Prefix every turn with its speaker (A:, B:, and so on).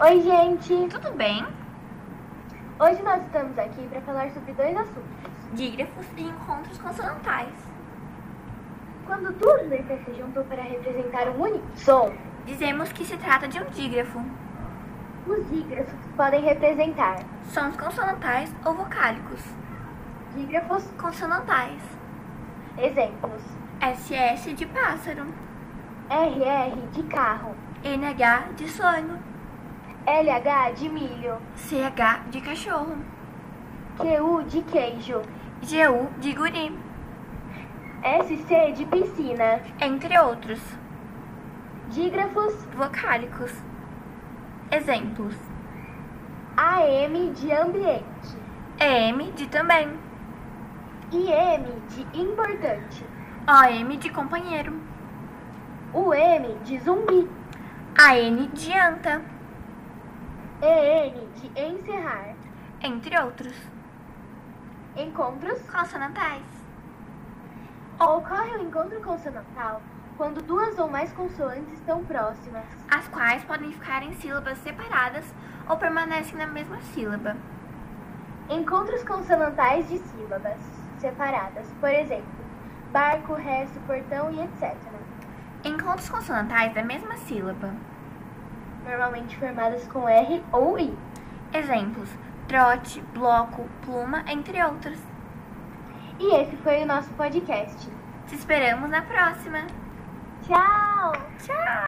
A: Oi, gente!
B: Tudo bem?
A: Hoje nós estamos aqui para falar sobre dois assuntos.
B: Dígrafos e encontros consonantais.
A: Quando duas letras se juntam para representar um único som,
B: Dizemos que se trata de um dígrafo.
A: os dígrafos podem representar
B: Sons consonantais ou vocálicos.
A: dígrafos,
B: Consonantais.
A: exemplos,
B: SS de pássaro.
A: RR de carro,
B: NH de sonho.
A: LH de milho,
B: CH de cachorro.
A: QU de queijo,
B: GU de guri.
A: SC de piscina,
B: Entre outros.
A: dígrafos,
B: Vocálicos. Exemplos.
A: AM de ambiente,
B: EM de também.
A: IM de importante,
B: OM de companheiro.
A: UM de zumbi,
B: AN de anta.
A: EN de encerrar,
B: Entre outros.
A: encontros,
B: Consonantais.
A: Ocorre o encontro consonantal quando duas ou mais consoantes estão próximas.
B: as quais podem ficar em sílabas separadas ou permanecem na mesma sílaba.
A: Encontros consonantais de sílabas separadas, por exemplo, barco, resto, portão e etc.
B: Encontros consonantais da mesma sílaba.
A: Normalmente formadas com R ou I.
B: Exemplos: trote, bloco, pluma, entre outros.
A: E esse foi o nosso podcast.
B: Te esperamos na próxima!
A: Tchau!
B: Tchau!